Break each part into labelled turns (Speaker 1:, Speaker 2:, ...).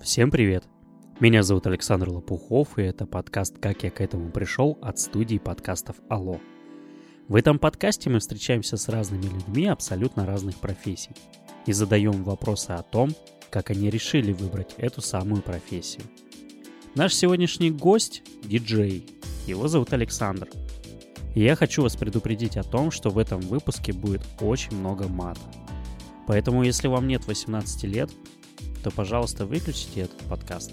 Speaker 1: Всем привет! Меня зовут Александр Лопухов, и это подкаст «Как я к этому пришел» от студии подкастов «Алло». В этом подкасте мы встречаемся с разными людьми абсолютно разных профессий и задаем вопросы о том, как они решили выбрать эту самую профессию. Наш сегодняшний гость – диджей. Его зовут Александр. И я хочу вас предупредить о том, что в этом выпуске будет очень много мата. Поэтому, если вам нет 18 лет, то, пожалуйста, выключите этот подкаст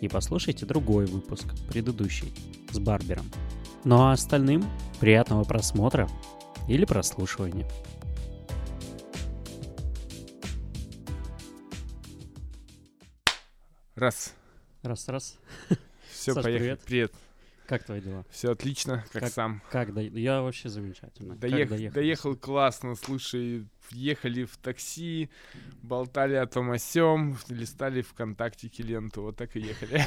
Speaker 1: и послушайте другой выпуск, предыдущий, с Барбером. Ну а остальным приятного просмотра или прослушивания.
Speaker 2: Раз.
Speaker 1: Раз-раз.
Speaker 2: Все,
Speaker 1: Саш,
Speaker 2: поехали.
Speaker 1: привет.
Speaker 2: Привет.
Speaker 1: Как твои дела?
Speaker 2: Все отлично, как,
Speaker 1: Как
Speaker 2: сам.
Speaker 1: Как до... Я вообще замечательно. Как
Speaker 2: Доех-
Speaker 1: доехал?
Speaker 2: Доехал классно, слушай, ехали в такси, болтали о том о сём, листали ВКонтактике ленту, вот так и ехали.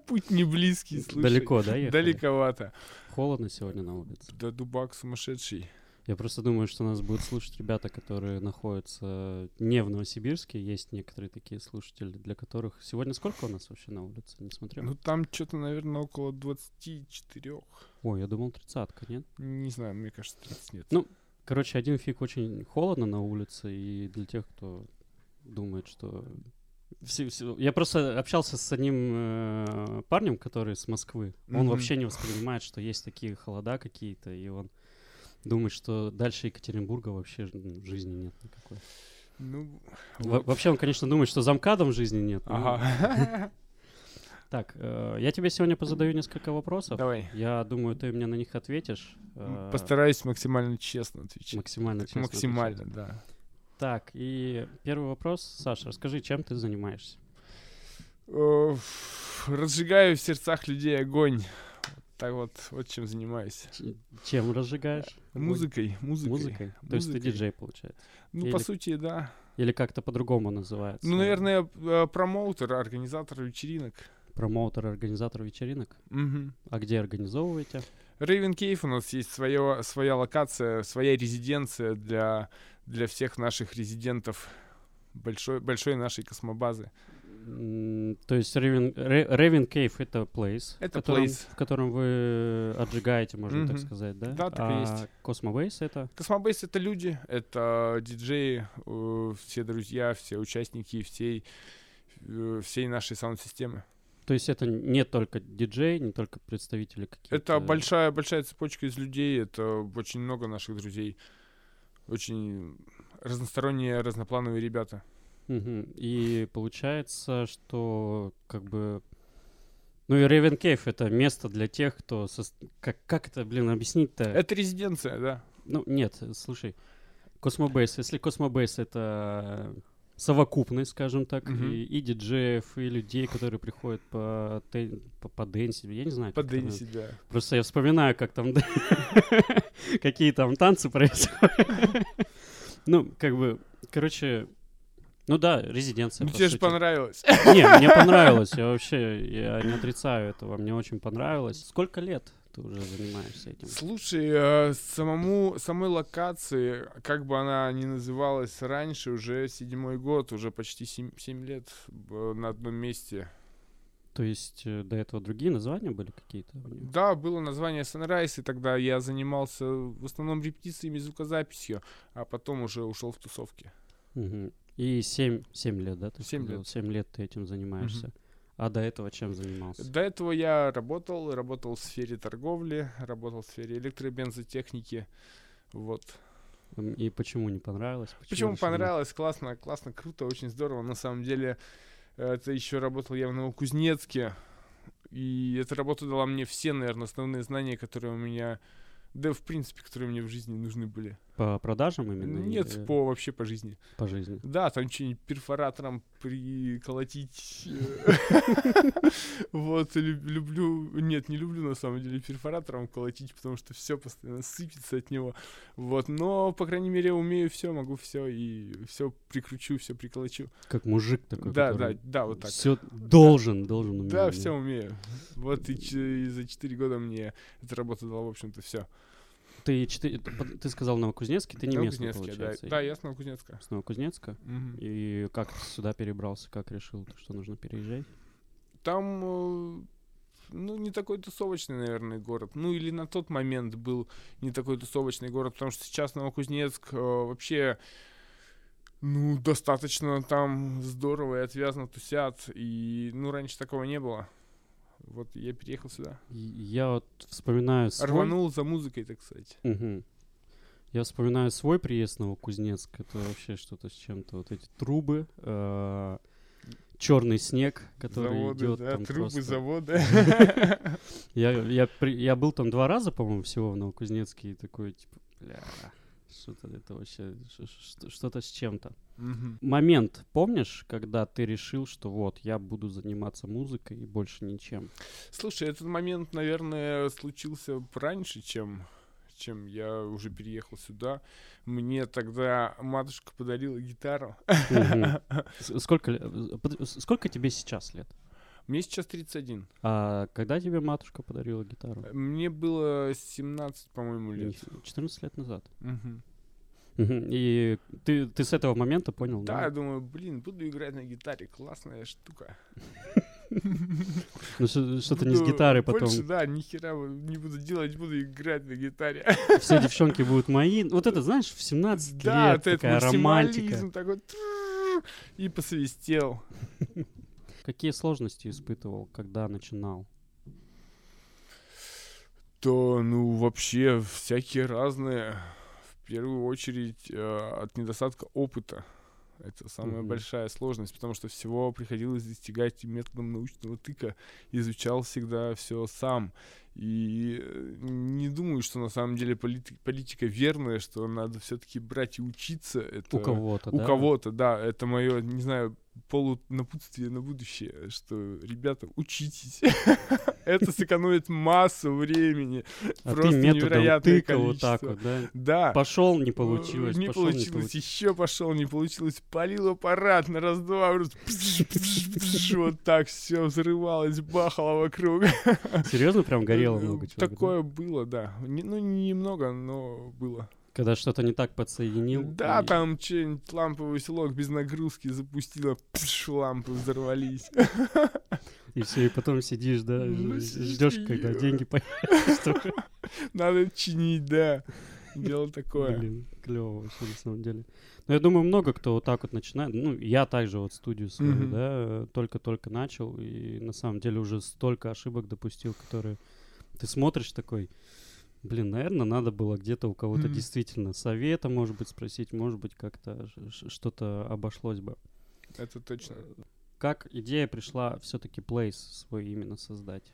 Speaker 2: Путь не близкий, слушай.
Speaker 1: Далеко, да, ехали?
Speaker 2: Далековато.
Speaker 1: Холодно сегодня на улице.
Speaker 2: Да дубак сумасшедший.
Speaker 1: Я просто думаю, что нас будут слушать ребята, которые находятся не в Новосибирске. Есть некоторые такие слушатели, для которых... Сегодня сколько у нас вообще на улице? Не смотрел?
Speaker 2: Ну там что-то, наверное, около 24.
Speaker 1: Ой, я думал тридцатка, нет?
Speaker 2: Не знаю, мне кажется, 30 нет.
Speaker 1: Ну, Короче, один фиг очень холодно на улице, и для тех, кто думает, что... все- все- Я просто общался с одним э, парнем, который с Москвы. Он
Speaker 2: Мгм.
Speaker 1: вообще не воспринимает, что есть такие холода какие-то, и он думает, что дальше Екатеринбурга вообще м, жизни нет никакой.
Speaker 2: Ну,
Speaker 1: Во-
Speaker 2: вот.
Speaker 1: Вообще он, конечно, думает, что за МКАДом жизни нет. но-
Speaker 2: Ага.
Speaker 1: Так, э, я тебе сегодня позадаю несколько вопросов.
Speaker 2: Давай.
Speaker 1: Я думаю, ты мне на них ответишь. э,
Speaker 2: Постараюсь максимально честно отвечать.
Speaker 1: Максимально
Speaker 2: Так,
Speaker 1: честно отвечать.
Speaker 2: Максимально, да.
Speaker 1: Так, и первый вопрос. Саша, расскажи, чем ты занимаешься?
Speaker 2: Э, ф- Разжигаю в сердцах людей огонь. Вот так вот, вот чем занимаюсь.
Speaker 1: Чем разжигаешь? огонь?
Speaker 2: Музыкой, музыкой.
Speaker 1: Музыкой. То есть ты
Speaker 2: Музыкой.
Speaker 1: диджей, получается.
Speaker 2: Ну,
Speaker 1: Или-
Speaker 2: по сути, да.
Speaker 1: Или как-то по-другому называется?
Speaker 2: Ну, наверное, э, промоутер, организатор вечеринок.
Speaker 1: Промоутер, организатор вечеринок.
Speaker 2: Мгм.
Speaker 1: А где организовываете?
Speaker 2: Raven Cave у нас есть свое, своя локация, своя резиденция для, для всех наших резидентов большой, большой нашей космобазы.
Speaker 1: М, То есть Raven, Ra- Raven Cave — это place,
Speaker 2: Это
Speaker 1: в, котором,
Speaker 2: place.
Speaker 1: в котором вы отжигаете, можно так
Speaker 2: Мгм.
Speaker 1: сказать, да?
Speaker 2: Да, так и
Speaker 1: а
Speaker 2: есть.
Speaker 1: Cosmobase — это
Speaker 2: Космобейс — это люди, это диджеи, э, все друзья, все участники всей, э, всей нашей саунд-системы.
Speaker 1: То есть это не только диджей, не только представители какие-то...
Speaker 2: Это большая большая цепочка из людей, это очень много наших друзей, очень разносторонние, разноплановые ребята.
Speaker 1: Мгм. И получается, что как бы... Ну и Raven Cave — это место для тех, кто... сос- Как, как это, блин, объяснить-то?
Speaker 2: Это резиденция, да.
Speaker 1: Ну, нет, э, слушай. Космобейс. Если Космобейс — это совокупность, скажем так,
Speaker 2: Мгм.
Speaker 1: и, и диджеев, и людей, которые приходят по, тен- по, поденсить, я не знаю. как это
Speaker 2: Поддай
Speaker 1: на-
Speaker 2: себя.
Speaker 1: Просто я вспоминаю, как там, какие там танцы происходят. Ну, как бы, короче, ну да, резиденция.
Speaker 2: Ну
Speaker 1: по
Speaker 2: тебе же
Speaker 1: сути.
Speaker 2: понравилось.
Speaker 1: Не, мне понравилось, я вообще, я не отрицаю этого, мне очень понравилось. Сколько лет ты уже занимаешься этим?
Speaker 2: Слушай, э, самому самой локации, как бы она ни называлась раньше, уже седьмой год, уже почти семь семь лет э, на одном месте.
Speaker 1: То есть э, до этого другие названия были какие-то? у неё?
Speaker 2: Да, было название Sunrise, и тогда я занимался в основном репетициями и звукозаписью, а потом уже ушел в тусовки.
Speaker 1: Мгм. И 7, лет, да? ты
Speaker 2: Семь
Speaker 1: сказал?
Speaker 2: лет.
Speaker 1: Семь лет ты этим занимаешься. А до этого чем занимался?
Speaker 2: До этого я работал, работал в сфере торговли, работал в сфере электробензотехники. Вот.
Speaker 1: М, Эм, И почему не понравилось?
Speaker 2: Почему
Speaker 1: решил не-
Speaker 2: понравилось? Классно, классно, круто, очень здорово. На самом деле, э, это еще работал я в Новокузнецке. И эта работа дала мне все, наверное, основные знания, которые у меня... Да, в принципе, которые мне в жизни нужны были.
Speaker 1: По продажам именно?
Speaker 2: Нет,
Speaker 1: или
Speaker 2: по вообще по жизни.
Speaker 1: по жизни.
Speaker 2: Да, там что-нибудь перфоратором приколотить. Вот, лю- люблю... Нет, не люблю, на самом деле, перфоратором колотить, потому что все постоянно сыпется от него. Вот, но, по крайней мере, умею все, могу все и все прикручу, все приколочу.
Speaker 1: Как мужик такой,
Speaker 2: Да, да, да, вот так.
Speaker 1: Все должен, должен уметь.
Speaker 2: Да, все умею. Вот и, ч- и за четыре года мне эта работа дала, в общем-то, все.
Speaker 1: Ты, чты- под- ты сказал Новокузнецкий, ты не местный,
Speaker 2: Новокузнецке, да.
Speaker 1: получается.
Speaker 2: Да, я с Новокузнецка.
Speaker 1: С Новокузнецка?
Speaker 2: Мгм.
Speaker 1: И как ты сюда перебрался, как решил, что нужно переезжать?
Speaker 2: Там, э, ну, не такой тусовочный, наверное, город. Ну, или на тот момент был не такой тусовочный город, потому что сейчас Новокузнецк э, вообще, ну, достаточно там здорово и отвязно тусят. И, ну, раньше такого не было. Вот я переехал сюда.
Speaker 1: И Я вот вспоминаю свой...
Speaker 2: Рванул за музыкой, так сказать.
Speaker 1: Мгм. Я вспоминаю свой приезд в Новокузнецк. Это вообще что-то с чем-то. Вот эти трубы, э, черный снег, который
Speaker 2: Заводы,
Speaker 1: идет
Speaker 2: да,
Speaker 1: там
Speaker 2: трубы,
Speaker 1: просто.
Speaker 2: заводы.
Speaker 1: Я, я, при- я был там два раза, по-моему, всего в Новокузнецке, и такой, типа, бля, что-то это вообще, ш- ш- что-то с чем-то.
Speaker 2: Мгм.
Speaker 1: Момент, помнишь, когда ты решил, что вот, я буду заниматься музыкой и больше ничем?
Speaker 2: Слушай, этот момент, наверное, случился б раньше, чем, чем я уже переехал сюда. Мне тогда матушка подарила гитару.
Speaker 1: Мгм. С- Сколько, ле- э, под- с- сколько тебе сейчас лет?
Speaker 2: Мне сейчас 31.
Speaker 1: А когда тебе матушка подарила гитару?
Speaker 2: Мне было 17, по-моему, лет.
Speaker 1: Ниф- 14 лет назад.
Speaker 2: Мгм.
Speaker 1: Мгм. И ты, ты с этого момента понял,
Speaker 2: Да,
Speaker 1: да?
Speaker 2: я думаю, блин, буду играть на гитаре, классная штука.
Speaker 1: Ну, что- что-то не с
Speaker 2: Буду
Speaker 1: гитары потом.
Speaker 2: Больше, да, нихера вот не буду делать, буду играть на гитаре.
Speaker 1: Все девчонки будут мои. Вот это, знаешь, в 17
Speaker 2: Да,
Speaker 1: лет
Speaker 2: вот этот
Speaker 1: такая романтика.
Speaker 2: максимализм такой. трррр, И посвистел.
Speaker 1: Какие сложности испытывал, когда начинал?
Speaker 2: Да, ну вообще всякие разные. В первую очередь э, от недостатка опыта. Это самая
Speaker 1: Мгм.
Speaker 2: большая сложность, потому что всего приходилось достигать методом научного тыка. Изучал всегда все сам. И э, не думаю, что на самом деле полит- политика верная, что надо все-таки брать и учиться. Это...
Speaker 1: У кого-то,
Speaker 2: У
Speaker 1: типа, да?
Speaker 2: кого-то, да, это мое, не знаю, полунапутствие на будущее, что, ребята, учитесь. Это сэкономит массу времени.
Speaker 1: А ты
Speaker 2: Просто
Speaker 1: методом
Speaker 2: невероятное
Speaker 1: тыка вот так
Speaker 2: количество.
Speaker 1: вот, да?
Speaker 2: Да.
Speaker 1: Пошел, не
Speaker 2: э,
Speaker 1: получилось,
Speaker 2: Не
Speaker 1: пошел, не
Speaker 2: получилось,
Speaker 1: получилось.
Speaker 2: еще пошел, не получилось. Полил аппарат на раз-два. просто пш, пш, пш, Вот так все взрывалось, бахало вокруг.
Speaker 1: Серьезно, прям горело много чего. да?
Speaker 2: Ну, Такое было, да. Не- Ну, немного, но было.
Speaker 1: Когда что-то не так подсоединил.
Speaker 2: Да,
Speaker 1: и-
Speaker 2: там что-нибудь ламповый селок без нагрузки запустила, пш, лампы взорвались.
Speaker 1: И все, и потом сидишь, да,
Speaker 2: Ну,
Speaker 1: ж-
Speaker 2: сидишь
Speaker 1: ждешь,
Speaker 2: и-
Speaker 1: когда деньги появятся. чтобы-
Speaker 2: Надо чинить, да. Дело такое.
Speaker 1: Блин, клево вообще на самом деле. Но я думаю, много кто вот так вот начинает. Ну, я также вот студию свою,
Speaker 2: Мгм.
Speaker 1: да, э, только-только начал. И на самом деле уже столько ошибок допустил, которые ты смотришь такой. Блин, наверное, надо было где-то у кого-то
Speaker 2: Мгм.
Speaker 1: действительно совета, может быть, спросить, может быть, как-то ш- ш- что-то обошлось бы.
Speaker 2: Это точно.
Speaker 1: Как идея пришла все-таки Place свой именно создать?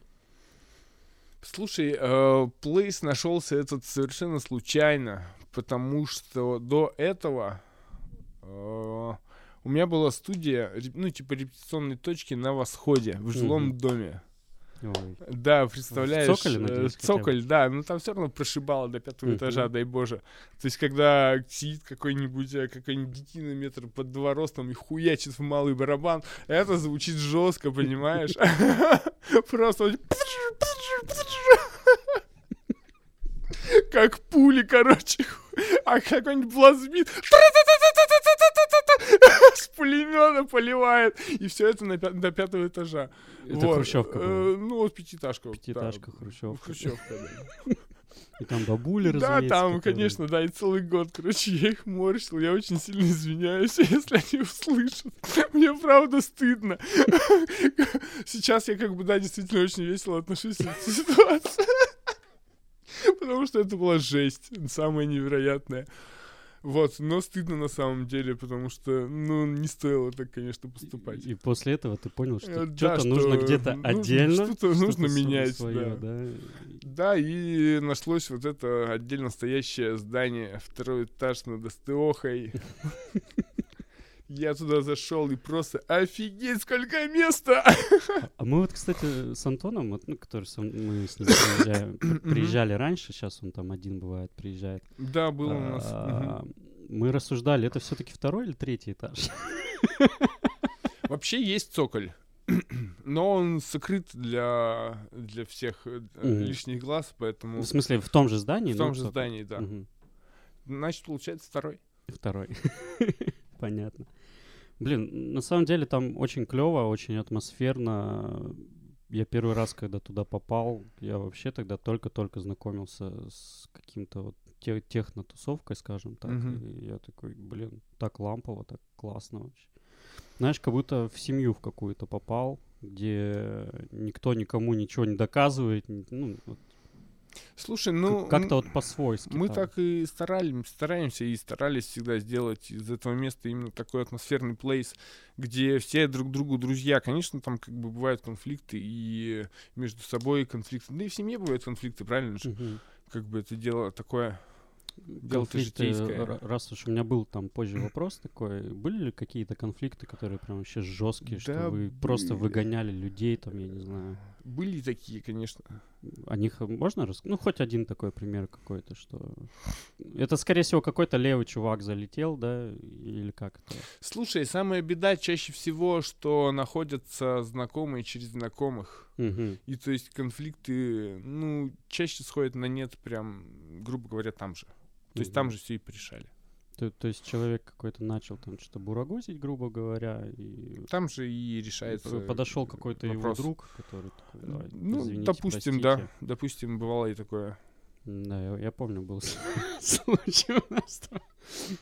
Speaker 2: Слушай, э, Place нашелся этот совершенно случайно, потому что до этого э, у меня была студия, реп- ну, типа репетиционной точки на восходе, в жилом
Speaker 1: Мгм.
Speaker 2: доме.
Speaker 1: Ой.
Speaker 2: Да, представляешь.
Speaker 1: цоколе,
Speaker 2: э,
Speaker 1: надеюсь, хотя бы?
Speaker 2: цоколь, да, но там все равно прошибало до пятого
Speaker 1: Мгм.
Speaker 2: этажа, дай боже. То есть, когда сидит какой-нибудь э, какой-нибудь детина метр под два ростом и хуячит в малый барабан, это звучит жестко, понимаешь? Просто вот как пули, короче. А какой-нибудь плазмит с пулемета поливает. И все это на пя- до пятого этажа.
Speaker 1: Это
Speaker 2: Вот,
Speaker 1: хрущевка
Speaker 2: э,
Speaker 1: была.
Speaker 2: Ну, вот пятиэтажка. вот, да.
Speaker 1: Пятиэтажка, хрущевка.
Speaker 2: Хрущевка, да.
Speaker 1: И там бабули,
Speaker 2: ну, Да,
Speaker 1: разумеется,
Speaker 2: там,
Speaker 1: которые-
Speaker 2: конечно, да, и целый год, короче, я их морщил, я очень сильно извиняюсь, если они услышат. Мне правда стыдно. Сейчас я как бы, да, действительно очень весело отношусь к этой ситуации. Потому что это была жесть, самая невероятная. Вот, но стыдно на самом деле, потому что, ну, не стоило так, конечно, поступать.
Speaker 1: И после этого ты понял,
Speaker 2: Э,
Speaker 1: что
Speaker 2: да,
Speaker 1: что-то нужно
Speaker 2: что
Speaker 1: где-то
Speaker 2: нужно
Speaker 1: отдельно.
Speaker 2: что-то нужно
Speaker 1: сво-
Speaker 2: менять,
Speaker 1: своё,
Speaker 2: Да, и нашлось вот это отдельно стоящее здание, второй этаж над СТОхой. Я туда зашел и просто офигеть, сколько места!
Speaker 1: А мы вот, кстати, с Антоном, вот, ну, который со м- мы с ним приезжаем, приезжали раньше, сейчас он там один бывает приезжает.
Speaker 2: Да, было у нас.
Speaker 1: А,
Speaker 2: мгм.
Speaker 1: Мы рассуждали, это все-таки второй или третий этаж?
Speaker 2: Вообще есть цоколь. Но он сокрыт для, для всех э,
Speaker 1: Мгм. Ну,
Speaker 2: лишних глаз, поэтому
Speaker 1: В смысле, в том же здании?
Speaker 2: Ну, в
Speaker 1: но
Speaker 2: том же
Speaker 1: высоко.
Speaker 2: здании, да.
Speaker 1: Мгм.
Speaker 2: Значит, получается второй.
Speaker 1: Второй. Понятно. Блин, на самом деле там очень клево, очень атмосферно. Я первый раз, когда туда попал, я вообще тогда только-только знакомился с каким-то вот те- техно-тусовкой, скажем так.
Speaker 2: Мгм.
Speaker 1: И я такой, блин, так лампово, так классно вообще. Знаешь, как будто в семью в какую-то попал, где никто никому ничего не доказывает. н- Ну, вот
Speaker 2: Слушай,
Speaker 1: к-
Speaker 2: ну...
Speaker 1: как-то вот по-свойски.
Speaker 2: Мы
Speaker 1: там.
Speaker 2: так и старались, стараемся и старались всегда сделать из этого места именно такой атмосферный плейс, где все друг другу друзья. Конечно, там как бы бывают конфликты и между собой конфликты. Да и в семье бывают конфликты, правильно же?
Speaker 1: Мгм.
Speaker 2: Как бы это дело такое. Дело-то
Speaker 1: конфликты,
Speaker 2: житейское.
Speaker 1: р- Раз уж у меня был там позже вопрос такой, были ли какие-то конфликты, которые прям вообще жесткие, что
Speaker 2: Да
Speaker 1: вы просто
Speaker 2: были.
Speaker 1: выгоняли людей, там, я не знаю.
Speaker 2: Были и такие, конечно.
Speaker 1: О них можно рас... Ну, хоть один такой пример какой-то, что... Это, скорее всего, какой-то левый чувак залетел, да, или как это?
Speaker 2: Слушай, самая беда чаще всего, что находятся знакомые через знакомых.
Speaker 1: Мгм.
Speaker 2: И то есть конфликты, ну, чаще сходят на нет прям, грубо говоря, там же. То есть там
Speaker 1: Мгм.
Speaker 2: же все и порешали.
Speaker 1: То, то есть человек какой-то начал там что-то бурагозить, грубо говоря, и...
Speaker 2: Там же и решается.
Speaker 1: Подошел какой-то его
Speaker 2: вопрос.
Speaker 1: друг, который такой, «Ай,
Speaker 2: Ну,
Speaker 1: извините, простите».
Speaker 2: допустим, да. Допустим, бывало и такое.
Speaker 1: Да, я, я помню, был с- случай у нас. там.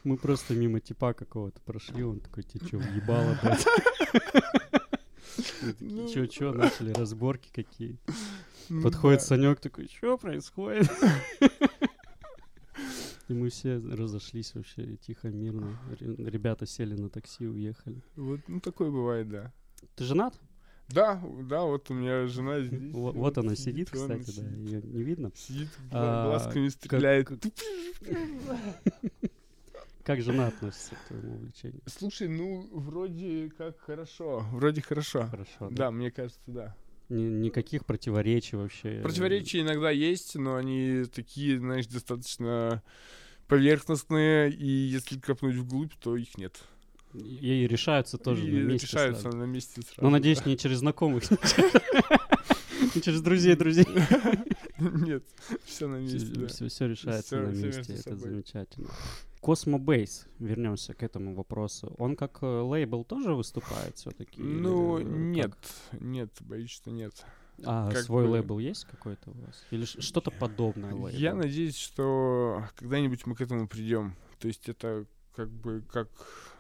Speaker 1: Мы просто мимо типа какого-то прошли, он такой, тебе что, ебало, блядь?
Speaker 2: Ну,
Speaker 1: Че, че, начали разборки какие.
Speaker 2: ну
Speaker 1: Подходит
Speaker 2: да.
Speaker 1: Санек такой, что происходит? И мы все разошлись вообще тихо, мирно. Ре- Ребята сели на такси, и уехали.
Speaker 2: Вот, ну, такое бывает, да.
Speaker 1: Ты женат?
Speaker 2: Да, да, вот у меня жена здесь.
Speaker 1: Во- Вот она сидит,
Speaker 2: он
Speaker 1: кстати, да,
Speaker 2: сидит.
Speaker 1: ее не видно.
Speaker 2: Сидит,
Speaker 1: А,
Speaker 2: гла- глазками
Speaker 1: как-
Speaker 2: стреляет.
Speaker 1: как- Как жена относится к твоему увлечению?
Speaker 2: Слушай, ну, вроде как хорошо. Вроде хорошо.
Speaker 1: Хорошо, да?
Speaker 2: Да, мне кажется, да.
Speaker 1: Ни- Никаких противоречий вообще.
Speaker 2: Противоречия иногда есть, но они такие, знаешь, достаточно поверхностные, и если копнуть вглубь, то их нет.
Speaker 1: И и решаются тоже
Speaker 2: и
Speaker 1: на месте
Speaker 2: решаются
Speaker 1: сразу.
Speaker 2: на месте сразу.
Speaker 1: Ну, надеюсь, не через знакомых. Не через друзей друзей.
Speaker 2: Нет, все на месте, да.
Speaker 1: Все, решается
Speaker 2: Всё-
Speaker 1: на
Speaker 2: всё
Speaker 1: месте,
Speaker 2: между
Speaker 1: это
Speaker 2: собой.
Speaker 1: замечательно. Космобейс, вернемся к этому вопросу. Он как э, лейбл тоже выступает все-таки? э,
Speaker 2: Ну, нет, нет, боюсь, что нет.
Speaker 1: А
Speaker 2: как
Speaker 1: свой
Speaker 2: бы-
Speaker 1: лейбл есть какой-то у вас? Или ш- что-то подобное лейблу?
Speaker 2: Я надеюсь, что когда-нибудь мы к этому придем. То есть это как бы как,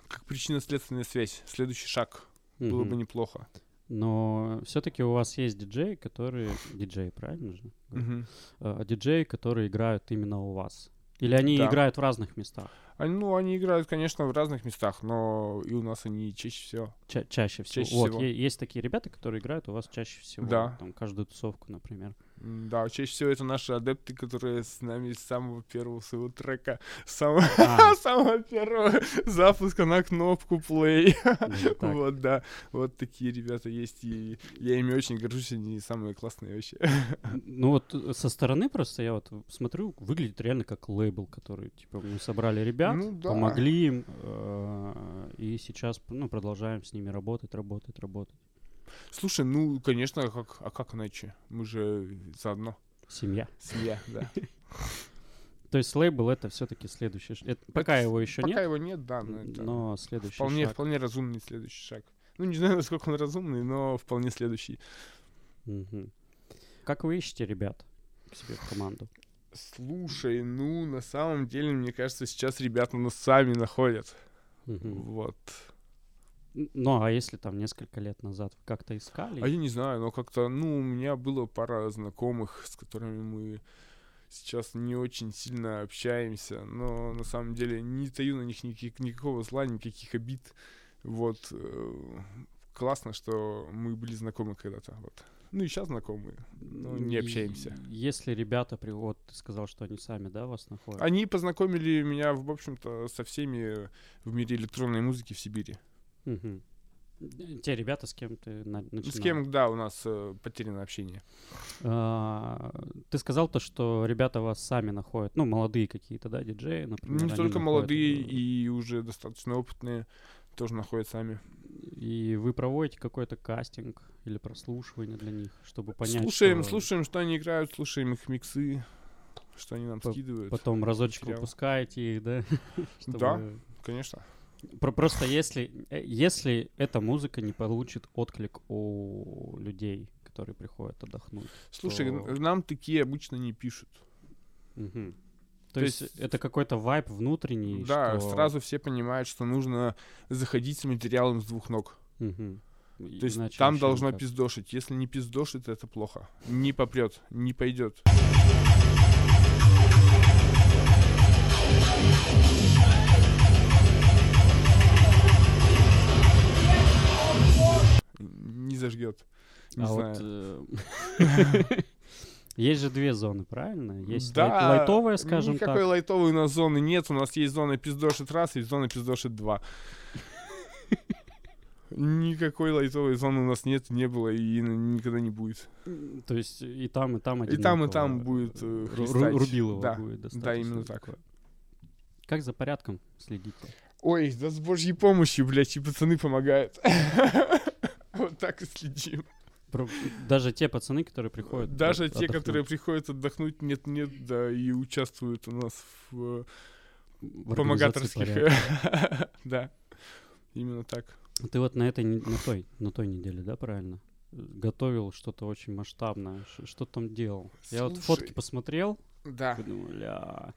Speaker 2: как причинно-следственная связь. Следующий шаг. Было
Speaker 1: Мгм.
Speaker 2: бы неплохо.
Speaker 1: Но все-таки у вас есть диджеи, которые... Диджеи, правильно же?
Speaker 2: Мгм.
Speaker 1: э, диджеи, которые играют именно у вас? Или они
Speaker 2: Да.
Speaker 1: играют в разных местах?
Speaker 2: Они, ну, они играют, конечно, в разных местах, но и у нас они чаще всего.
Speaker 1: Ча- чаще всего.
Speaker 2: Чаще
Speaker 1: вот,
Speaker 2: всего.
Speaker 1: е- есть такие ребята, которые играют у вас чаще всего.
Speaker 2: Да.
Speaker 1: Там каждую тусовку, например.
Speaker 2: М, Да, чаще всего это наши адепты, которые с нами с самого первого своего трека, с самого,
Speaker 1: А,
Speaker 2: с самого первого запуска на кнопку play.
Speaker 1: даже так.
Speaker 2: Вот, да. Вот такие ребята есть, и я ими очень горжусь, они самые классные вообще.
Speaker 1: Ну вот э, со стороны просто я вот смотрю, выглядит реально как лейбл, который, типа, мы собрали ребят,
Speaker 2: Ну да.
Speaker 1: помогли им, э, и сейчас, ну, продолжаем с ними работать, работать, работать.
Speaker 2: Слушай, ну, конечно, а как, а как иначе? Мы же заодно.
Speaker 1: Семья.
Speaker 2: Семья, да.
Speaker 1: То есть лейбл это все-таки следующий... ш- это пока
Speaker 2: Это с-
Speaker 1: его еще
Speaker 2: Пока
Speaker 1: нет,
Speaker 2: его нет, да, но это
Speaker 1: но следующий
Speaker 2: вполне,
Speaker 1: шаг.
Speaker 2: вполне разумный следующий шаг. Ну, не знаю, насколько он разумный, но вполне следующий.
Speaker 1: Мгм. Как вы ищете ребят к себе в команду?
Speaker 2: Слушай, ну, на самом деле, мне кажется, сейчас ребята нас сами находят.
Speaker 1: Мгм.
Speaker 2: Вот.
Speaker 1: Н- Ну, а если там несколько лет назад вы как-то искали?
Speaker 2: А я не знаю, но как-то, ну, у меня было пара знакомых, с которыми мы сейчас не очень сильно общаемся, но на самом деле не таю на них никаких- никакого зла, никаких обид. Вот. э, Классно, что мы были знакомы когда-то. Вот. Ну и сейчас знакомые. ну, не
Speaker 1: И-
Speaker 2: общаемся.
Speaker 1: Если ребята, при... вот ты сказал, что они сами, да, вас находят?
Speaker 2: Они познакомили меня, в общем-то, со всеми в мире электронной музыки в Сибири.
Speaker 1: Мгм. Э, Те ребята, с кем ты на- начинал?
Speaker 2: С кем, да, у нас э, потеряно общение.
Speaker 1: А, ты сказал то, что ребята вас сами находят, ну, молодые какие-то, да, диджеи, например.
Speaker 2: Не
Speaker 1: они
Speaker 2: только
Speaker 1: находят,
Speaker 2: молодые
Speaker 1: э,
Speaker 2: и уже достаточно опытные. тоже находят сами.
Speaker 1: И вы проводите какой-то кастинг или прослушивание для них, чтобы понять,
Speaker 2: слушаем,
Speaker 1: что
Speaker 2: слушаем, что они играют, слушаем их миксы, что они нам
Speaker 1: По-
Speaker 2: скидывают.
Speaker 1: потом разочек
Speaker 2: материал.
Speaker 1: выпускаете их, да? Чтобы-
Speaker 2: Да. Конечно.
Speaker 1: Про- Просто если, э, если эта музыка не получит отклик у людей, которые приходят отдохнуть.
Speaker 2: Слушай,
Speaker 1: То-
Speaker 2: н- нам такие обычно не пишут.
Speaker 1: Мгм. То,
Speaker 2: То
Speaker 1: есть,
Speaker 2: есть-
Speaker 1: это какой-то вайб внутренний.
Speaker 2: да,
Speaker 1: что-
Speaker 2: сразу все понимают, что нужно заходить с материалом с двух ног.
Speaker 1: Мгм.
Speaker 2: То есть
Speaker 1: Иначе
Speaker 2: там
Speaker 1: вообще
Speaker 2: должно
Speaker 1: никак.
Speaker 2: пиздошить. Если не пиздошит, это плохо. Не попрет, не пойдет. Не зажгет. Не
Speaker 1: А
Speaker 2: знаю.
Speaker 1: вот, э, Есть же две зоны, правильно? Есть лай-
Speaker 2: Да,
Speaker 1: лайтовая, скажем
Speaker 2: никакой
Speaker 1: так.
Speaker 2: лайтовой у нас зоны нет. У нас есть зона пиздошит раз и зона пиздошит два. Никакой лайтовой зоны у нас нет, не было и н- никогда не будет.
Speaker 1: М, То есть и там, и там
Speaker 2: И там, и
Speaker 1: одинаково,
Speaker 2: там будет, э,
Speaker 1: э, ру-
Speaker 2: хлестать.
Speaker 1: Рубилово
Speaker 2: Да,
Speaker 1: будет
Speaker 2: Да,
Speaker 1: достаточно
Speaker 2: именно так.
Speaker 1: такое. Как за порядком следите?
Speaker 2: Ой, да с божьей помощью, блядь, и пацаны помогают. Вот так и следим.
Speaker 1: Про- Даже те пацаны, которые приходят. э,
Speaker 2: Даже те,
Speaker 1: отдохнуть.
Speaker 2: которые приходят отдохнуть, нет-нет, да, и участвуют у нас в э,
Speaker 1: В организации
Speaker 2: помогаторских.
Speaker 1: порядка.
Speaker 2: э, Да, именно так.
Speaker 1: Ты вот на этой, не- на той, на той неделе, да, правильно? Э, Готовил что-то очень масштабное. Ш- Что там делал? Я вот фотки
Speaker 2: Слушай. а
Speaker 1: посмотрел,
Speaker 2: Да.
Speaker 1: и думаю, ля,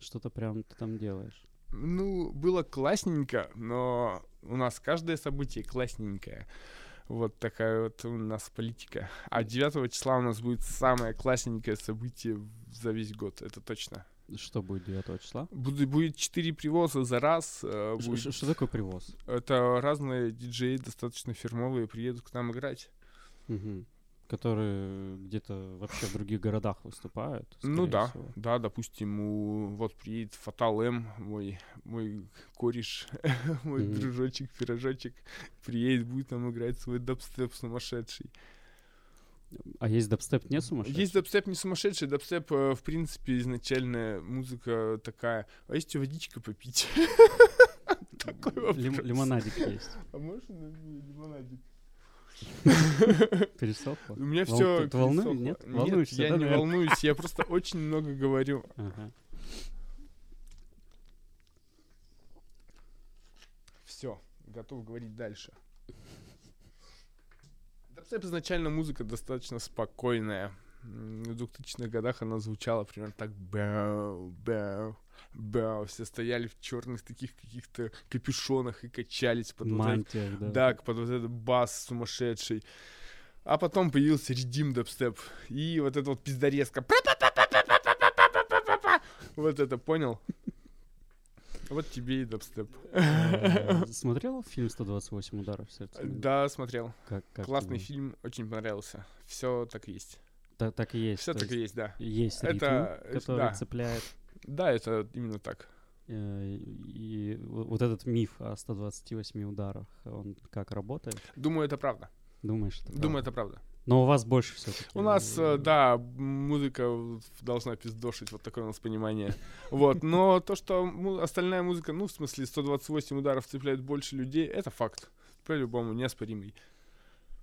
Speaker 1: что-то прям ты там делаешь.
Speaker 2: Ну, было классненько, но у нас каждое событие классненькое. Вот такая вот у нас политика. А 9 числа у нас будет самое классненькое событие в- за весь год, это точно.
Speaker 1: Что будет 9 числа?
Speaker 2: Буду- будет 4 привоза за раз. э,
Speaker 1: Ш-
Speaker 2: будет-
Speaker 1: ш- Что такое привоз?
Speaker 2: Это разные диджеи, достаточно фирмовые, приедут к нам играть.
Speaker 1: Мгм. Которые где-то вообще в других городах выступают.
Speaker 2: ну
Speaker 1: скорее
Speaker 2: да,
Speaker 1: всего.
Speaker 2: да, допустим, у... вот приедет Фатал М, мой, мой кореш, мой
Speaker 1: Мгм.
Speaker 2: дружочек, пирожочек, приедет, будет нам играть свой дабстеп сумасшедший.
Speaker 1: А есть дабстеп не сумасшедший?
Speaker 2: Есть дабстеп не сумасшедший, дабстеп, э, в принципе, изначальная музыка такая. А есть водичка попить? Такой вопрос.
Speaker 1: Лим- лимонадик есть.
Speaker 2: А можешь на- лимонадик?
Speaker 1: Пересохло?
Speaker 2: У меня
Speaker 1: Вол-
Speaker 2: все...
Speaker 1: ты- ты волнуй- нет? Волнуешься,
Speaker 2: я
Speaker 1: да,
Speaker 2: не
Speaker 1: наверное?
Speaker 2: волнуюсь, я просто очень много говорю.
Speaker 1: Ага.
Speaker 2: Все, готов говорить дальше. Дабстеп изначально музыка достаточно спокойная. М, В 2000-х годах она звучала примерно так бэу, бэу, бэу. Все стояли в черных таких каких-то капюшонах и качались под вот этот-
Speaker 1: Мантия, да.
Speaker 2: да, под вот этот бас сумасшедший. А потом появился редим дабстеп. И вот это вот пиздорезка. Вот это, понял? Вот тебе и дабстеп.
Speaker 1: Э, Смотрел фильм «128 ударов в сердце»? минут?
Speaker 2: Э, Да, смотрел.
Speaker 1: Как- как
Speaker 2: Классный
Speaker 1: тебе?
Speaker 2: фильм, очень понравился. Все так и есть.
Speaker 1: Та- Так и есть.
Speaker 2: Все
Speaker 1: то
Speaker 2: так и есть, да.
Speaker 1: Есть ритм,
Speaker 2: Это, э,
Speaker 1: который
Speaker 2: да.
Speaker 1: цепляет.
Speaker 2: Да, это именно так.
Speaker 1: э, И вот вот этот миф о 128 ударах, он как работает?
Speaker 2: Думаю, это правда.
Speaker 1: Думаешь? это правда?
Speaker 2: Думаю, это правда.
Speaker 1: Но у вас больше все-таки.
Speaker 2: У нас, э, да, музыка должна пиздошить, вот такое у нас понимание. Вот, но то, что му- остальная музыка, ну, в смысле, 128 ударов цепляет больше людей, это факт. По-любому, неоспоримый.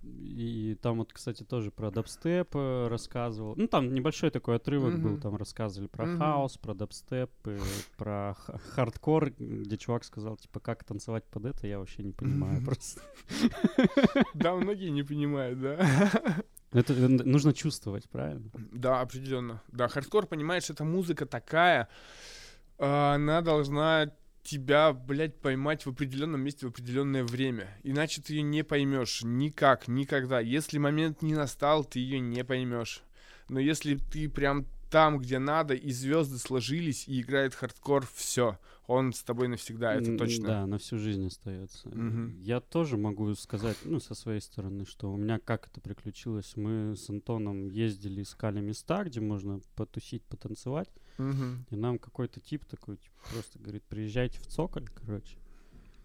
Speaker 1: И там вот, кстати, тоже про дабстеп э, рассказывал. Ну, там небольшой такой отрывок был,
Speaker 2: Мгм.
Speaker 1: там рассказывали про
Speaker 2: Мгм.
Speaker 1: хаос, про дабстеп, э, про х- хардкор, где чувак сказал, типа, как танцевать под это, я вообще не понимаю просто.
Speaker 2: Да, многие не понимают, да.
Speaker 1: Это э, н- нужно чувствовать, правильно?
Speaker 2: Да, определенно. Да, хардкор, понимаешь, это музыка такая, а, она должна тебя, блядь, поймать в определенном месте в определенное время. Иначе ты ее не поймешь никак, никогда. Если момент не настал, ты ее не поймешь. Но если ты прям там, где надо, и звезды сложились, и играет хардкор, все. Он с тобой навсегда, это
Speaker 1: М,
Speaker 2: точно.
Speaker 1: Да, на всю жизнь остается.
Speaker 2: Мгм.
Speaker 1: Я тоже могу сказать, ну, со своей стороны, что у меня как это приключилось. Мы с Антоном ездили, искали места, где можно потусить, потанцевать.
Speaker 2: Мгм.
Speaker 1: И нам какой-то тип такой типа, просто говорит, приезжайте в Цоколь, короче.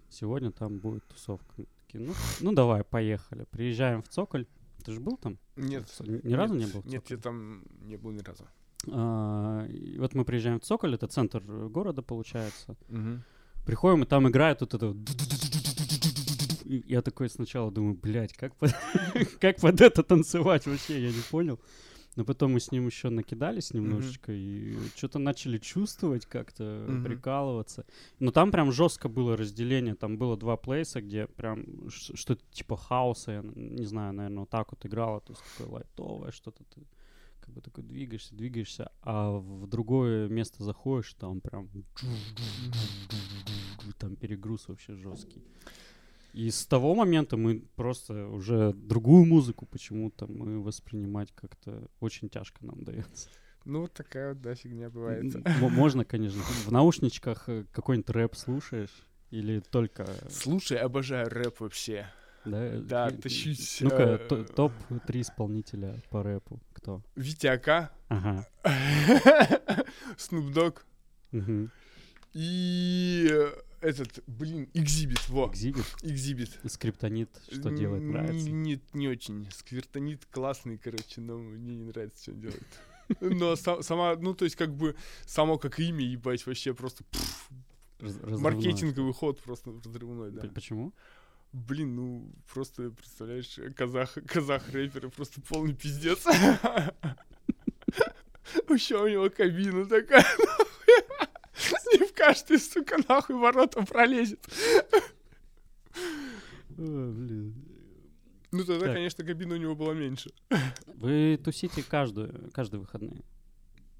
Speaker 1: Сегодня там будет тусовка. Мы такие, ну, ну давай, поехали. Приезжаем в Цоколь. Ты же был там?
Speaker 2: Нет.
Speaker 1: Ц- Ни разу не
Speaker 2: нет,
Speaker 1: был в
Speaker 2: Нет, я
Speaker 1: Цоколе?
Speaker 2: там не был ни разу.
Speaker 1: А, и вот мы приезжаем в Цоколь, это центр э, города, получается.
Speaker 2: Мгм.
Speaker 1: Приходим, и там играет вот это... вот и я такой сначала думаю, блядь, как под, как под это танцевать вообще, я не понял. Но потом мы с ним еще накидались немножечко и что-то начали чувствовать как-то,
Speaker 2: Мгм.
Speaker 1: прикалываться. Но там прям жестко было разделение, там было два плейса, где прям ш- что-то типа хаоса, я н- не знаю, наверное, вот так вот играла, то есть такое лайтовое что-то ты как бы такой двигаешься, двигаешься, а в другое место заходишь, там прям там перегруз вообще жесткий. И с того момента мы просто уже другую музыку почему-то мы воспринимать как-то очень тяжко нам дается.
Speaker 2: Ну, вот такая вот, да, фигня бывает.
Speaker 1: М- Можно, конечно, в наушничках э, какой-нибудь рэп слушаешь или только...
Speaker 2: Слушай, обожаю рэп вообще.
Speaker 1: Да,
Speaker 2: Да,
Speaker 1: э,
Speaker 2: тащить,
Speaker 1: Ну-ка,
Speaker 2: э,
Speaker 1: то- топ-3 исполнителя по рэпу. Кто?
Speaker 2: Витяка,
Speaker 1: Ага.
Speaker 2: Snoop Dogg
Speaker 1: Мгм.
Speaker 2: и э, этот, блин, Экзибит, во,
Speaker 1: Экзибит,
Speaker 2: Экзибит.
Speaker 1: скриптонит, что делает,
Speaker 2: Н-
Speaker 1: нравится.
Speaker 2: Нет, не очень. Сквертонит классный, короче, но мне не нравится, что он делает. Но са- сама, ну, то есть, как бы, само как имя, ебать, вообще просто пф,
Speaker 1: Раз- разрывной.
Speaker 2: маркетинговый ход просто взрывной, да.
Speaker 1: П- Почему?
Speaker 2: Блин, ну, просто, представляешь, казах, казах-рэперы, просто полный пиздец. Еще у него кабина такая, нахуй. С ним в каждый, сука, нахуй ворота пролезет.
Speaker 1: Э, блин.
Speaker 2: Ну, тогда,
Speaker 1: Так.
Speaker 2: конечно, кабина у него была меньше.
Speaker 1: Вы тусите каждую, каждые выходные.